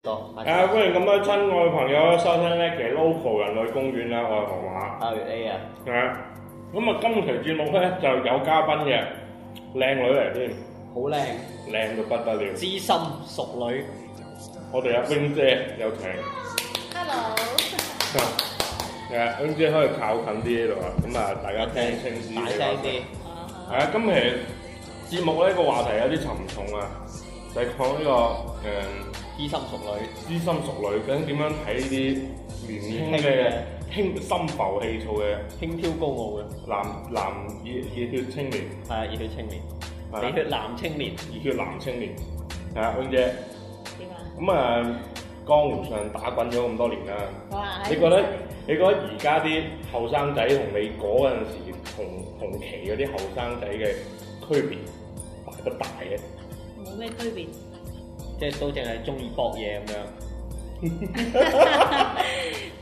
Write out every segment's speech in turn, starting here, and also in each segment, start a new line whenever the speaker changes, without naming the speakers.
當
誒、啊歡迎咁多親愛朋友收聽咧，其實 local 人類公園啦，啊我係河馬
阿月 A 啊，
係啊。咁啊，今期節目咧就有嘉賓嘅，靚女嚟添，
好靚，
靚到不得了。
資深淑女，
我哋阿 wing 姐有請，
Hello，
誒 wing 姐可以靠近啲呢度啊，咁啊大家聽清啲。
大聲啲。
係啊，今期節目咧個話題有啲沉重啊，就係講呢個誒、
資深淑女，
知心熟女究竟點樣睇呢啲年輕嘅輕心浮氣躁嘅
輕佻高傲嘅，
男男熱熱血青年，
係啊熱血青年，
係
熱
啊
血男青年，
熱血男青年，係啊，英姐，
點啊？
咁啊江湖上打滾咗咁多年啦，
哇！
你覺得你覺得而家啲後生仔同你嗰陣時同同期嗰啲後生仔嘅區別大不大嘅？
冇咩區別？
即係都淨係中意搏嘢咁樣。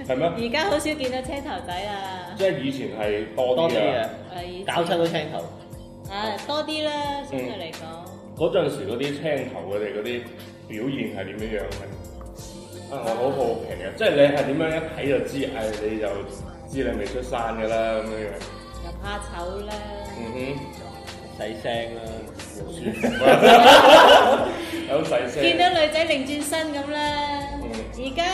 係咩？
而家好少見到青頭仔啊啦，
即係以前係多
多
啲啊
啲啊
嘅，
嘅，
誒
搞親都青頭，
啊多啲啦，相對嚟講，
嗰陣時嗰啲青頭佢哋嗰啲表現係點樣樣嘅？啊，我好好奇啊！即係你係點樣一睇就知，誒、你就知你未出山㗎啦咁樣樣。
又怕醜啦，
嗯
細聲啦，
哼，有細聲。
見到女仔擰轉身咁啦
嗯。
而家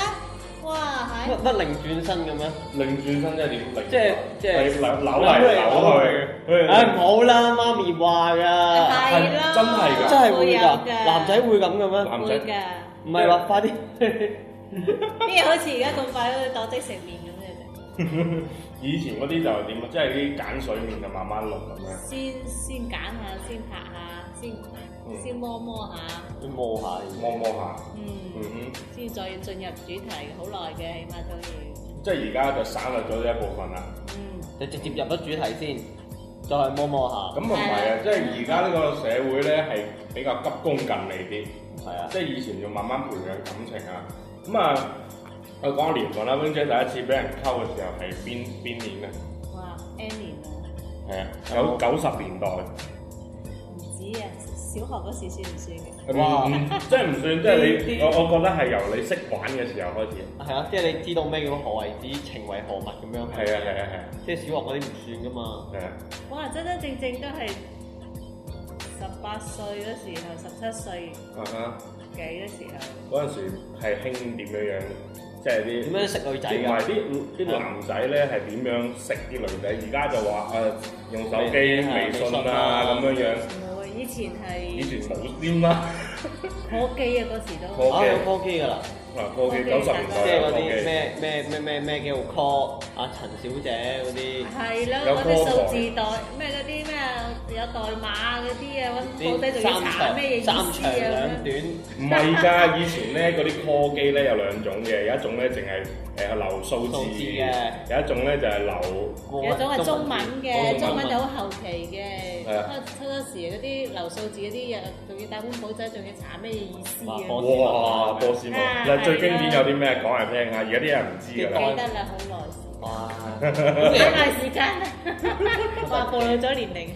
哇
乜
係
乜擰轉身咁樣，
擰轉身即係點擰？
即係即係
扭扭嚟扭去。哎
唉唔好啦，媽咪話㗎，
係啦，
真係㗎
真係會
會有
㗎，
㗎，
男仔會咁嘅咩？
男
會
仔
㗎，
唔係話快啲。
咩好似而家咁快好似當即食麵咁嘅
以前嗰啲就係點啊？即係啲鹼水面就慢慢落咁樣。
啫，先先揀下，先拍下，
嗯
先先摸摸下，
摸下
摸摸下，嗯
嗯。
哼，
先再進入主題，好耐嘅，起碼都要。
即係而家就省略咗呢一部分啦。
嗯，
就直接入咗主題先，再去摸摸下。
咁啊唔係啊，即係而家呢個社會咧係比較急功近利啲，
係啊，
即係以前要慢慢培養感情啊。咁啊，我講年份啦，Wing 姐第一次俾人溝嘅時候係邊邊年啊？
哇，N 年啊，
係啊，九九十年代。
唔止啊，小學嗰時算唔算嘅？
哇
哇！嗯即係唔算，即係你我我覺得係由你識玩嘅時候開始。
係啊，即係你知道咩叫何為之情為何物咁樣。
係啊係啊係啊
即係小學嗰啲唔算噶嘛。
係啊！
哇，真真正正都係十八歲嗰時候，十七歲
啊哈！
幾嘅時候，
嗰陣時係興點樣樣，即係啲
點樣食女仔
同埋
㗎？
啲啲男仔咧係點樣識啲女仔？而家就話誒用手機、微信啊咁樣樣，
冇啊，以前
以
係
前冇添啦。
科技啊，嗰時都
科
啊，有科技㗎啦，
嗱，過幾九十年
即係
代
嗰
哦有
啲
科技，
咩咩咩咩咩叫 call 啊陳小姐嗰啲，
係啦，
有
嗰
科
啲
學
數字代咩嗰啲咩啊有代碼嗰啲啊，揾簿仔仲要查咩嘢意
啲
思啊
三長三長兩
咁樣。
短，
唔係㗎。以前咧嗰啲 call 機咧有兩種嘅，有一種咧淨係誒留數字
數字嘅
有一種咧就係留。
哦
有種係中文嘅，中文就好後期嘅。
係啊
初初嗰時嗰啲留數字嗰啲人，仲要打本簿仔，仲要查咩意思
哇
啊？
波
哇！波斯舞
啊
嗱，最經典有啲咩講嚟聽下？而家啲人唔知㗎啦。
記得啦，好
哇！
耐時間，好耐時間啦，話暴露咗年齡。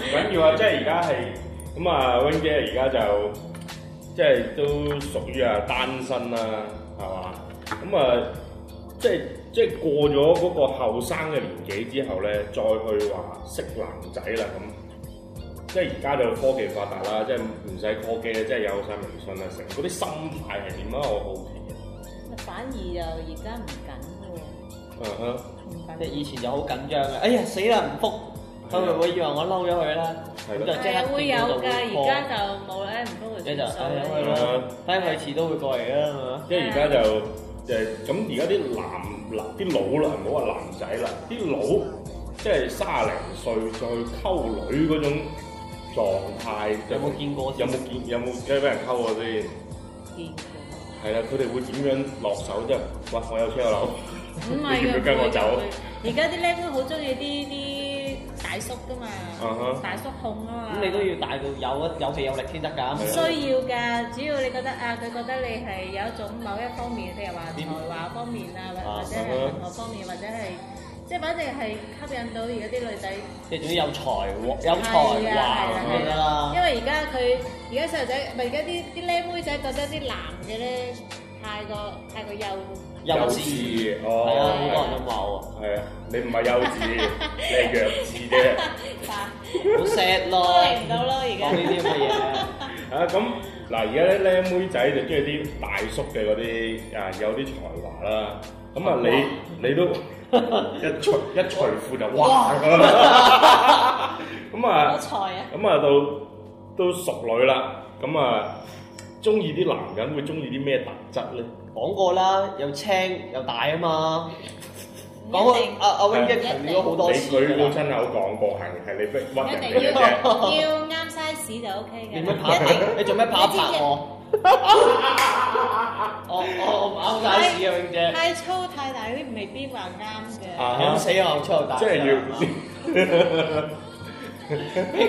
唔緊要啊，即係而家係咁啊，Wing 姐而家就即係都屬於啊單身啦，係嘛？咁啊，即係即係過咗嗰個後生嘅年紀之後咧，再去話識男仔啦咁。即係而家就科技發達啦，即係唔使 call 機咧，即係有晒微信啊，成嗰啲心態係點啊？我好奇啊。
反而又而家唔緊
嗯哼，
喎，唔
即係
緊。
以前就好緊張嘅，哎呀死啦唔復，佢咪會以為我嬲咗佢啦，咁
係
就
咯。
即
係啊
刻，
會有㗎，而家
就
就冇咧，唔通會
即係就啊
算數
係
啊
咯，睇佢遲都會過嚟啦嘛。
即係而家就誒咁，而家啲男男啲佬啦，唔好話男仔啦，啲佬即係卅零歲再去溝女嗰種狀態，
有冇見過
有
先？
冇見有冇即係俾人溝過先？
見
係啦，佢哋會點樣落手啫？喂，我有車有樓，
唔係啊
你要唔
㗎，
要跟我走
唔會㗎而家啲僆都好中意啲啲大叔㗎嘛
啊哈
大叔控啊嘛。
咁你都要大到有有氣有力先得㗎。
係
需
啊
要㗎，主要你覺得啊，佢覺得你係有一種某一方面，譬如話才華方面啊，或或者係文學方面，或者係即係反正係吸引到而家啲女仔。
即係總之有才華，有才華
係啊
咁樣啦
因。為而家佢而家細路仔，咪而家啲啲僆妹仔覺得啲男嘅咧太過太過幼，
幼
幼
稚，
稚
係啊，好多
哦
人，都冇啊，
係啊，你唔係幼稚， 你係弱智啫。
啊
好 sad
都
咯，
嚟唔到咯而
講呢
家。
啲咁嘅嘢，
啊咁嗱，而家咧僆妹仔就中意啲大叔嘅嗰啲啊，有啲才華啦。咁啊，你你都一除一除褲就哇咁啊咁
好
啊，
菜啊！
咁啊到到熟女啦，咁啊中意啲男人會中意啲咩特質咧？
講過啦，又青又大啊嘛，
唔
講
一定
過阿阿 Wing 姐強調咗好
你
多次
佢
㗎
都
啦，
親口講過，係係你逼
一
屈
定
人哋嘅啫。
要要啱 size 就 OK
你
嘅。
做咩拍
一定
你做咩拍一拍我？我我我咬晒屎啊，Wing 姐，
太粗太大嗰啲未必話啱嘅。
啊
咁死又粗又大，
即係要
啊劈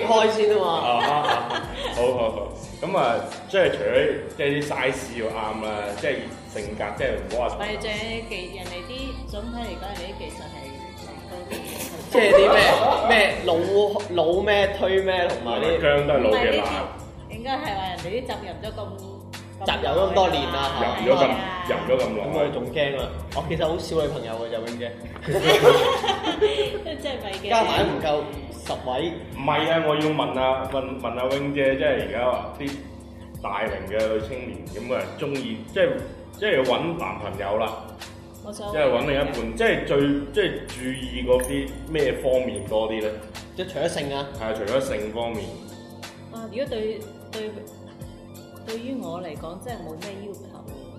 開先啊
啊
嘛，
啊啊！好好好，咁啊，即係除咗即係啲 size 要啱啦，即係性格即係唔好話
我哋仲有技，人哋啲總體嚟講，人哋啲技術係高啲。
即係啲咩咩老老咩推咩同埋
埋
啲。
姜都係
唔
老
係
嘅
呢
男，
啲，應該係話人哋啲集入咗咁
集入咗咁多年啦
入咗咁
啊 Dạ.
入咗咁
咁我
耐，
仲驚啦！我其實好少女朋友嘅就永姐，
咁，即係咪嘅？
加埋都唔夠十位，
唔係啊！我要問啊問問阿 wing 姐，即係而家啲大齡嘅女青年咁啊，中意即係即係揾男朋友啦，
我想
即係揾另一半，即係最即係注意嗰啲咩方面多啲咧？
即係除咗性啊，
係啊，除咗性方面，
啊！如果對對對於我嚟講，真係冇咩要求。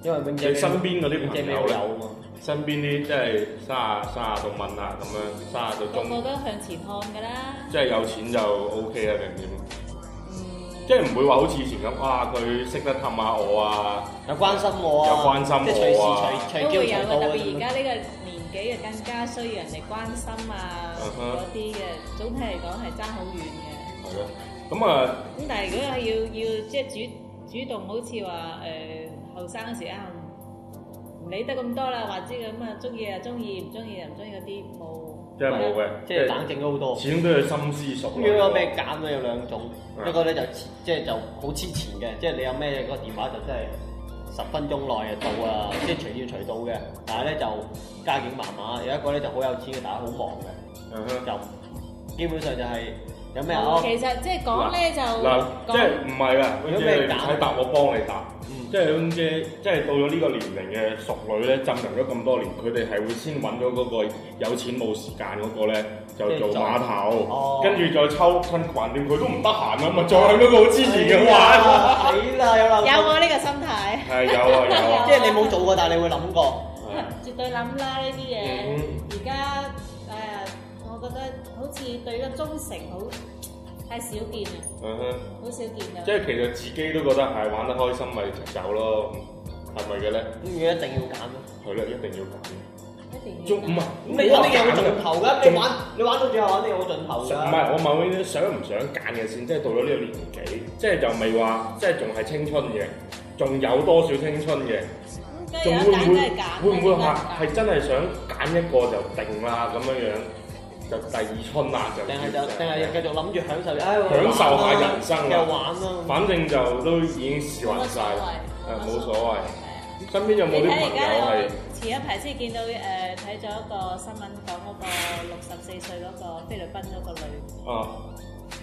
因為永姐
你身邊嗰啲
永姐
朋
咩
友
都有
咧？
啊嘛，
身邊啲即係卅卅到問啊咁樣，卅到
個個
中，
都向前看㗎啦。
即係有錢就 O K 啦定點？
嗯，
即係唔會話好似以前咁，哇佢識得氹下我啊，
有關心我啊，
有關心
即係隨
我啊
時隨
都
隨叫
會
隨
有嘅，
到
特
啊
別而
咁樣。
家呢個年紀嘅更加需要人哋關心啊
嗯哼
嗰啲嘅，總體嚟講係爭好遠嘅。
係咯。咁啊，
咁但係如果係要要即係主主動，好似話誒後生嗰時啊，唔理得咁多啦，話知咁啊，中意啊中意，唔中意就唔中意嗰啲冇。
即係冇嘅，
即係冷靜咗好多。
始終都要深思熟
咁
慮
如
喎。
果俾揀咧有兩種，
嗯
一個咧就黐即係就好黐纏嘅，即係你有咩個電話就真係十分鐘內就到啊，即係隨叫隨到嘅。但係咧就家境麻麻，有一個咧就好有錢嘅，但係好忙嘅，
嗯哼
就基本上就係有咩
哦
啊？
其實即係講咧就
嗱，即係
講
唔係啊？
如果
即
俾
係
你
你唔
揀
使答我，幫你答。
嗯
即係咁啫，即係到咗呢個年齡嘅熟女咧，浸淫咗咁多年，佢哋係會先揾咗嗰個有錢冇時間嗰個咧，就做碼
哦
頭，跟住再抽親橫掂佢都唔得閒啊嘛，再喺嗰個好之前嘅玩。
係啦，有啦，
有我呢個心態，
係有啊有 啊
即，係你冇做過，但係你會諗過。
絕對諗啦呢啲嘢
嗯。
而家誒，我覺得好似對個忠誠好太少見啊，
嗯哼
好少見啊
即。係其實自己都覺得係玩得開心咪走咯，係咪嘅咧？
咁如果一定要揀咧，
係咧，一定要
一定要
揀。中唔係
咁你肯定有個盡
唔
頭㗎。你玩你玩到最後肯定有個盡頭㗎。
啊係我問你想唔想揀嘅先，即係到咗呢個年紀，即係就未話即係仲係青春嘅，仲有多少青春嘅，
梗係
仲
有
會唔
得揀，真係
會
揀。
會唔會
真係
係
揀
係真係想揀一個就定啦咁樣樣，就第二春啦就
定係就定係繼續諗住享受，唉，
享受下人生
又
啊！
玩啦。
反正就都已經試
冇
勻
乜所
晒
謂
啦，誒
冇乜
冇所謂。
係啊
身邊有
你
冇啲
睇而
朋
家
友係
我？前一排先見到誒睇咗一個新聞講嗰個六十四歲嗰個菲律賓嗰個女，
啊，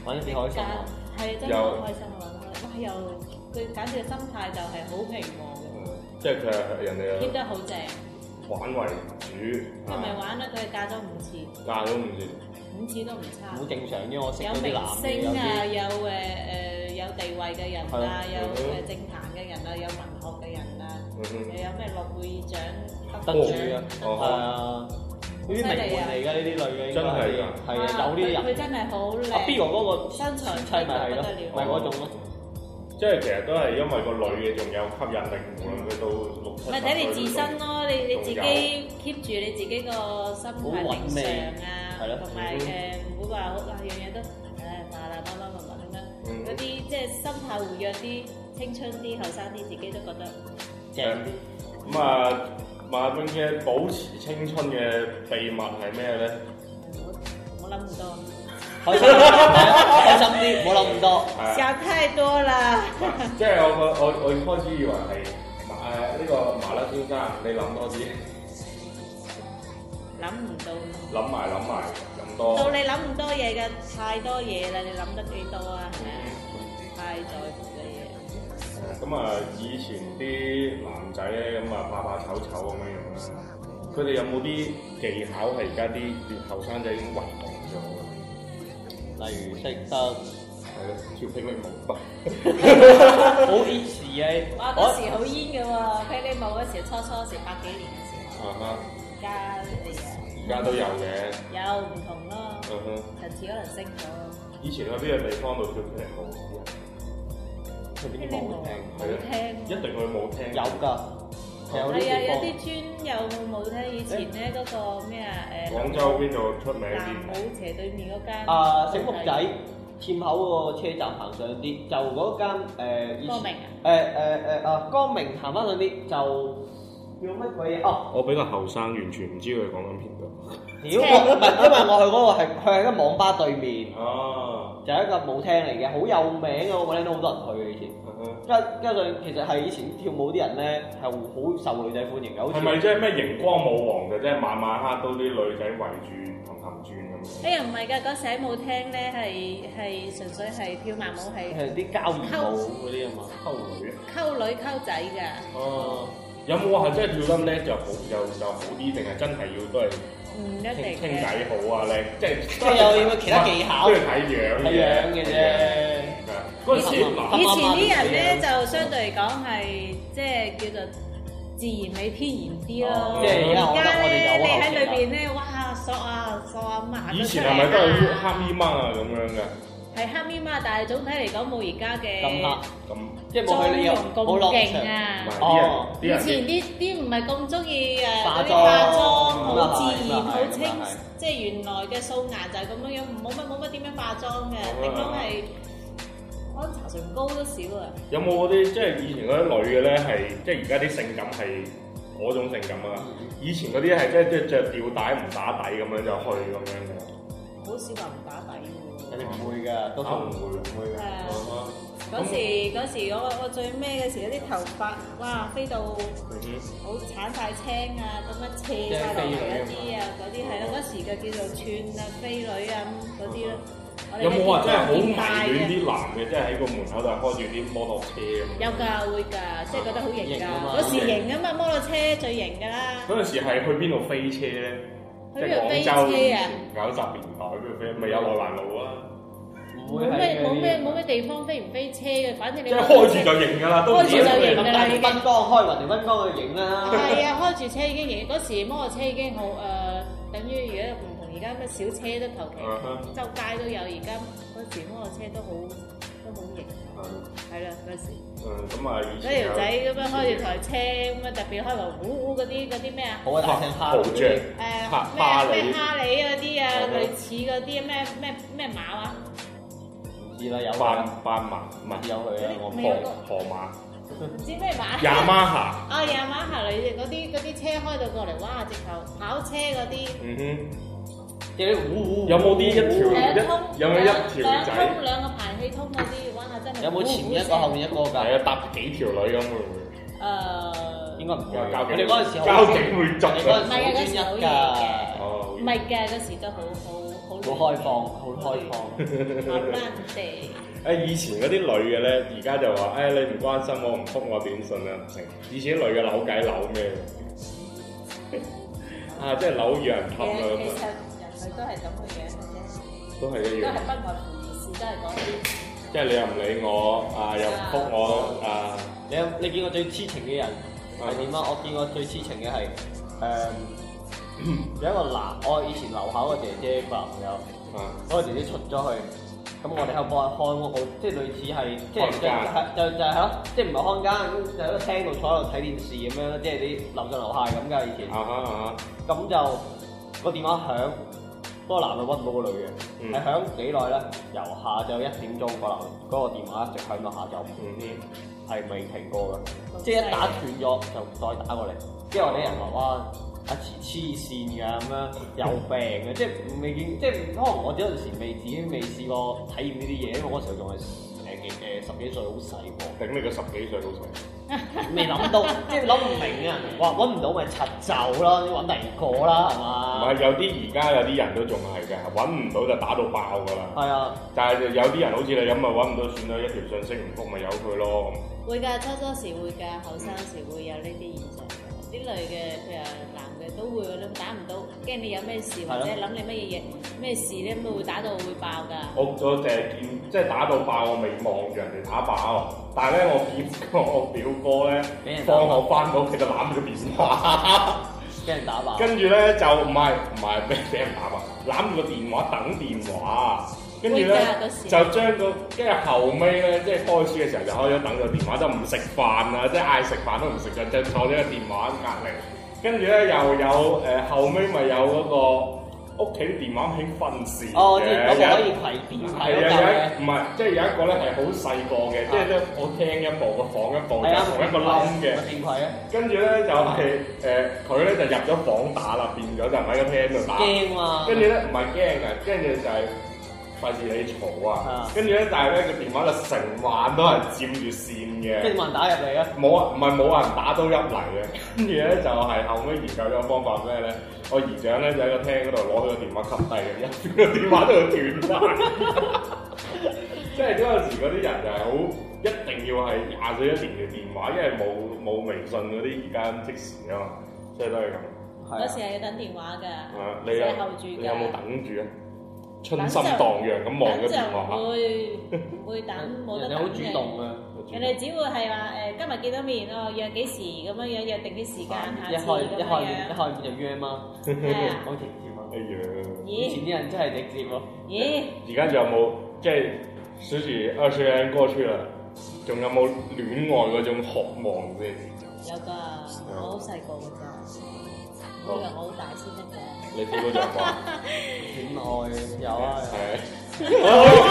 玩得幾開心啊！
係真係好開心啊！哇，又佢簡直嘅心態就係好平和
即係佢係人
嘅，keep
哋
得好正。
玩為主，
佢咪
啊，
玩啦，佢嫁咗五次，
嫁都唔算。
五次都唔差
好。正常啫，我識
有
嗰
明
啲男嘅有
星啊，
啲
有誒誒有地位嘅人啊，有誒政壇嘅人啊，有文學嘅人啊，
嗯
又
哼
有咩諾貝爾獎
得
獎
住
哦
啊，係啊，呢啲名門嚟㗎，呢啲女嘅應該係
真係㗎
係啊，有呢啲
佢
人。
真係好
阿 B
靚，
哥嗰個
身材
妻咪係咯，咪嗰種咯。
即係其實都係因為個女嘅仲有吸引力，無論佢到六七
咪睇你自身咯，你你自己 keep 住你自己個心態正常
好穩
啊
味，
同埋誒唔會話好啊樣嘢都誒大大乜乜乜乜咁樣，嗰啲即係心態活躍啲、青春啲、後生啲，自己都覺得
正啲，
咁啊，馬俊嘅保持青春嘅秘密係咩咧？
我我諗唔到，
開心啲，係啊開心啲，唔好諗咁多。
係啊
想太多啦。
即係我我我我開始以為係馬誒呢個馬拉先生，你諗多啲，
諗唔到，
諗埋諗埋咁多。
到你諗唔多嘢嘅，太多嘢啦！你諗得幾多啊？太在乎嘅嘢，
咁啊，以前啲男仔咧，咁啊怕怕醜醜咁樣樣啦。佢哋有冇啲技巧係而家啲啲後生仔已經遺忘咗㗎？
例如識得
係咯，跳霹靂舞吧。
好 easy 嘅，
哇！嗰時好煙嘅喎，霹靂舞嗰時初初時百幾年嘅時
啊
候，
哈，
而家誒
而家都有嘅。
有唔同咯，
嗯哼，
層次可能升咗。
以前去邊個地方度跳霹靂舞？
佢邊
霹
啲
靂
舞
舞
聽
好聽
啊一。定去舞廳。
有㗎，有啲
係啊，有
地
啲村有冇聽以前咧嗰個咩啊誒？
廣州邊度出名
南
啲？
武斜對面嗰間
方。啊，醒目仔，店口嗰個車站行上啲，就嗰間誒以
光
前
明啊！
誒誒誒啊光明行翻上啲就叫乜鬼嘢？哦。
我比較後生，完全唔知佢講緊邊度。
屌，我唔係因為我去嗰個係佢係一間網吧對面，
哦，
就係一個舞廳嚟嘅，好有名啊！我聽到好多人去嘅以前。
嗯
加加上其實係以前跳舞啲人咧係好受女仔歡迎嘅，好似
係咪即係咩熒光舞王嘅啫？晚晚黑都啲女仔圍住氹氹轉咁
哎
樣。
呀，唔係㗎，嗰時喺舞廳咧係係純粹係跳慢舞，係
係啲交誼舞嗰啲啊嘛。
溝女啊！
溝女溝仔㗎，
哦，
有冇話真係跳得叻就好就就好啲，定係真係要都係
唔一
傾
定
傾
嘅。
偈好啊叻？即係
即係有啲其他技巧
都要睇樣
係樣嘅啫。
嗰陣時
以
嗱，
前啲人咧就相對嚟講係即係叫做自然美偏然啲
哦
咯。
即係而家我
而
覺得
家
我哋就
咧，你
好
喺裏邊咧，哇，索啊索啊，抹
以
咗出
前係咪都係
嚟啊！
黑咪掹啊咁樣嘅？
係黑面嘛，但係總體嚟講冇而家嘅
咁黑，
咁
即係冇佢你
妝
又
容
冇落
咁
場
勁。
唔
啊！
係啲
以
人啲
前
人
啲啲唔係咁中意誒呃
化
嗰
妝
啲化妝，
咁啊
好自然，
係
好
咁
清
啊係，
即係原來嘅素顏就係咁樣樣，冇乜冇乜點樣化妝嘅，頂多係安搽唇膏都少啊。
有冇嗰啲即係以前嗰啲女嘅咧係即係而家啲性感係嗰種性感啊？以前嗰啲係即係即係著吊帶唔打底咁樣就去咁樣嘅，
好少話唔打底
人哋唔會㗎，都
啊唔
唔
會唔會
喎。
嘅。
誒嗰時嗰時我我最尾嘅時嗰啲頭髮，哇飛到好鏟晒青啊，咁樣斜晒落嚟嗰啲啊，嗰啲係咯，嗰時嘅叫做串啊飛女啊咁嗰啲咯。我哋
有冇話真係好迷
變態嘅
戀啲男嘅，即係喺個門口度開住啲摩托車咁？
有㗎，會㗎，即係覺得好型
型
㗎
啊。嘛
嗰時型啊嘛，摩托車最型㗎啦。
嗰陣時係去邊度飛車咧？即
去
係
邊度
廣
飛車
州以
啊
前九十年代嗰度飛，咪有內環路啊？
唔
冇
會係
咩冇咩冇
咩，
咩地方飛唔飛車嘅，反正
即
你
係開住就型㗎啦，都唔使
開住就型
咁
㗎
但係分光開雲定分光去影啦。
係啊，開住車已經型。嗰時摩托車已經好誒、呃等於而家唔同而家咩小車都求其
啊哈
周街都有。而家嗰時摩托車都好都好型，係啦嗰時。
嗯，咁啊，以
嗰
前有
條仔咁樣開住台車咁啊，特別開埋呼呼嗰啲嗰啲咩啊？
好啊，大聲
豪爵
誒咩
哈哈利
咩哈利嗰啲啊
係，咯
類似嗰啲咩咩咩馬啊，
唔知啦，有佢
斑
啊，
斑馬，唔係
有佢啊，我
未有
河河馬
唔知咩馬。
Dạ, Yamaha，
啊，夜晚行嚟嗰啲嗰啲車開到過嚟，哇！直頭跑車嗰啲，
嗯哼，
即係啲呼呼
有冇啲一條
兩
一
通
有冇一條
兩
仔
通兩個排氣通嗰啲，哇！真係
有冇前面一個後面一個㗎？
係啊搭幾條女咁會唔會？
誒，
應該唔會。
交
哦我
警
哋嗰陣時好，
交警會捉
我哋嗰
㗎。
陣時好專一㗎，
哦
唔，係嘅，嗰時都好好好
好開放，好開放。
慢慢地。
誒以前嗰啲女嘅咧，而家就話誒、哎你唔關心我，唔覆我短信啊，唔成。以前啲女嘅扭計扭咩？ 啊，即係扭與人
其
氹啊咁啊，
實人類都係咁嘅樣嘅啫，
都係一
都
樣
係。不外乎意思，都係講啲。
即係你又唔理我，啊又唔覆我，啊
你有你見過最痴情嘅人係點啊？我見過最痴情嘅係誒 有一個男，我以前樓下嗰個姐姐個男朋友，
啊
嗰個姐姐出咗去，咁我哋喺度幫佢看屋，即係類似係即係
看
就
更
係就就係咯，即係唔係看更，就喺個廳度坐喺度睇電視咁樣咯，即係你樓上樓下咁㗎以前
啊。哈啊
咁就個電話響，嗰個男嘅揾唔到個女嘅，
嗯
係響幾耐咧？由下晝一點鐘個男嗰個電話一直響到下晝五
嗯
啊
點，係未停過嘅，即係一打斷咗就唔再打過嚟。即係我哋啲人話哇阿慈黐線㗎咁樣，有病嘅，即係未見，即係可能我嗰陣時未自己未試過體驗呢啲嘢，因為我嗰時候仲係誒幾誒十幾歲，好細個，
頂你個十幾歲老細，
未諗到， 即係諗唔明啊！話揾唔到咪柒就咯，揾第二個啦，係
唔
嘛？
係有啲而家有啲人都仲係嘅，揾唔到就打到爆㗎啦。
係啊，
但係有啲人好似你咁啊，揾唔到算啦，一條信息唔覆咪由佢咯咁。
會㗎，初初時會㗎，後生時會有呢啲現象嘅。呢類嘅譬如男嘅都會，你打唔到，驚你有咩事
係
或
咯
者諗你乜嘢嘢咩事咧，咁都會打到會爆㗎。
我我淨係見即係打到爆，我未望住人哋打爆，但係咧我見過我表哥咧
俾人打
放
爆
學翻到屋企就攬住個電話，
俾人打爆，
跟住咧就唔係唔係俾俾人打爆，攬住個電話等電話，跟住
會
咧
㗎嗰時
就將個跟住後尾咧即係開書嘅時候就開咗等個電話，啊就唔食飯啦，即係嗌食飯都唔食，就就坐咗個電話隔離，跟住咧又有誒、呃、後尾咪有嗰、個。屋企啲電話興分線
哦，我知
嘅
嗰
有
個
一
可以攜電攜
係
到嚿
啊，有
嘅
一唔係，即係有一個咧係好細個嘅，即係都我聽一步，個房一步，就
啊係啊，
同一個冧嘅。
電攜啊，
跟住咧就係誒，佢咧就入咗房打啦，變咗就喺個廳度打。
驚啊嘛，
跟住咧唔係驚嘅，跟住就係費事你嘈啊
啊。
跟住咧，但係咧個電話就成晚都係佔住線嘅
即。係冇人打入嚟啊，
冇啊，唔係冇人打到入嚟嘅，跟住咧就係後尾研究咗個方法咩咧？我姨丈咧就喺個廳嗰度攞佢個電話吸低嘅，一個電話都斷晒。 即係嗰陣時嗰啲人就係好一定要係廿歲一定要電話，因為冇冇微信嗰啲而家咁即時啊嘛，所以都係咁。
係
嗰
啊
時係要等電話㗎，
啊，你有
即係候住㗎
你有冇等住啊？春心蕩漾咁望個
等
電話，
就會會等冇得
人哋
等
好主
嘅。
動啊。
人哋只會係話誒今日幾多面哦，約幾時咁樣樣約定啲時
一
間，下
開
次咁
一開面一
樣
開面就約嘛，
啊係啊。
講直接啊！
哎呀！
以
咦
前啲人真係直接喎，
咦，
而家仲有冇即係十幾二十年過去啦，仲有冇戀愛嗰種渴望先？
有㗎，我好細個㗎咋，我以為我好大先得㗎。
你試過有冇？
戀愛有啊，
係
哦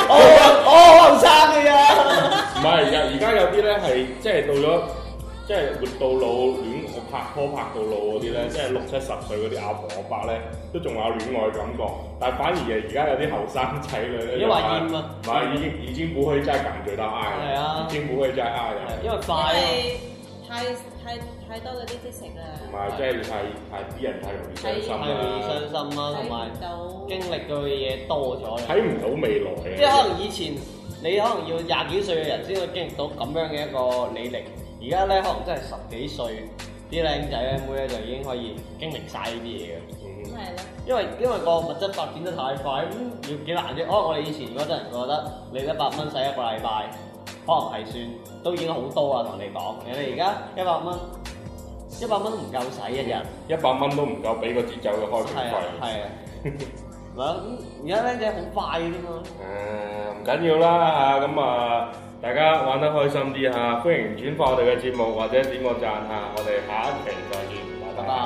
我我後生嘅啊，
唔係？而家而家有啲咧係即係到咗即係活到老戀我拍拖拍到老嗰啲咧，即係六七十歲嗰啲阿婆阿伯咧，都仲有戀愛感覺，但係反而而家有啲後生仔女咧，
因為厭啊
唔係已經已經不會再感覺到愛了，
係啊
已經不會再愛了。
因為快
因
啊，
為太太太多嗰啲知識啦，
同埋即係太太啲人太容易傷心
太容易傷
啦，
心啦，
睇
同埋
唔到
經歷到嘅嘢多咗啦，
睇唔到未來啊嘅。
即係可能以前你可能要廿幾歲嘅人先會經歷到咁樣嘅一個履歷，而家咧可能真係十幾歲啲靚仔咧妹咧就已經可以經歷晒呢啲嘢嘅。
咁
嗯
係咯，
因為因為個物質發展得太快，咁要幾難啫。可能我哋以前嗰陣覺得你一百蚊使一個禮拜，可能係算都已經好多啊啦。同你講，你哋而家一百蚊，一百蚊都唔夠使一日，
一百蚊都唔夠俾個節奏嘅開瓶
係
費
啊。係啊。嗱咁而家僆仔好快啫嘛，
誒啊唔緊要啦嚇，咁啊大家玩得開心啲嚇，歡迎轉發我哋嘅節目或者點個讚嚇，我哋下一期再見，拜
拜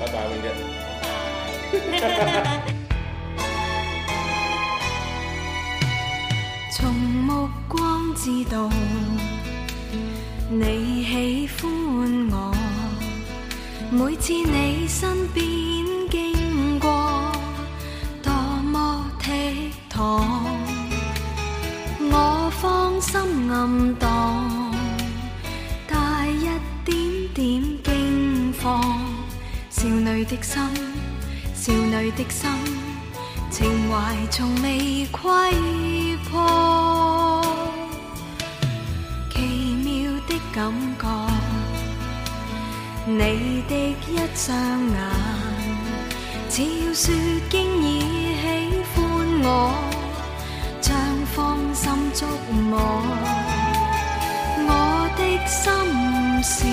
拜，
拜。
拜拜，永姐。
拜拜。
從目光知道你喜歡我，每次你身邊經過，多麼倜儻，我芳心暗蕩，帶一點點驚慌，少女的心，少女的心。情懷從未窺破，奇妙的感覺。你的一雙眼，似要説經已喜歡我，將芳心觸摸。我的心事，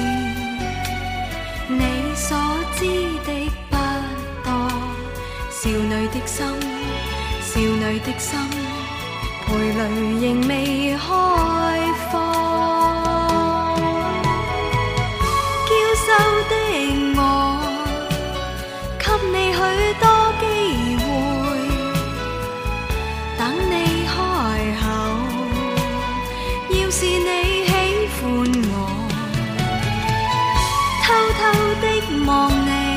你所知的不多。少女的心，少女的心，陪淚仍未開放。嬌羞的我，給你許多機會，等你開口。要是你喜歡我，偷偷的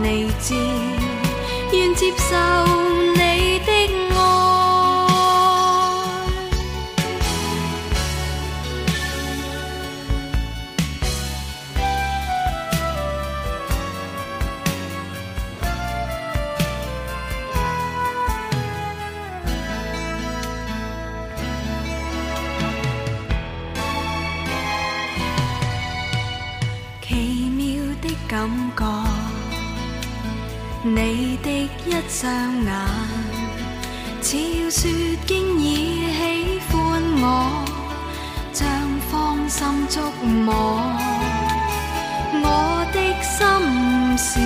你知，愿接受你的爱。奇妙的感覺，你的一雙眼，似要説經已喜歡我，將芳心觸摸。我的心事，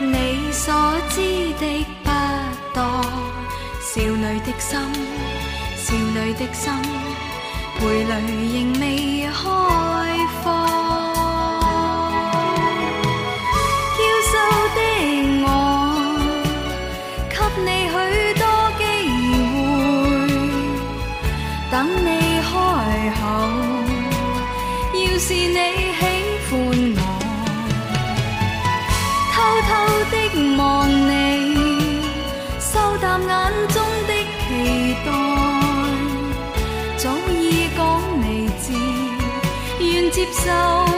你所知的不多。少女的心，少女的心。陪泪仍未開放，嬌羞的我，給你許多機會，等你開口。要是你喜歡我，偷偷的望你，收淡眼中的期待。早已講你知，願接受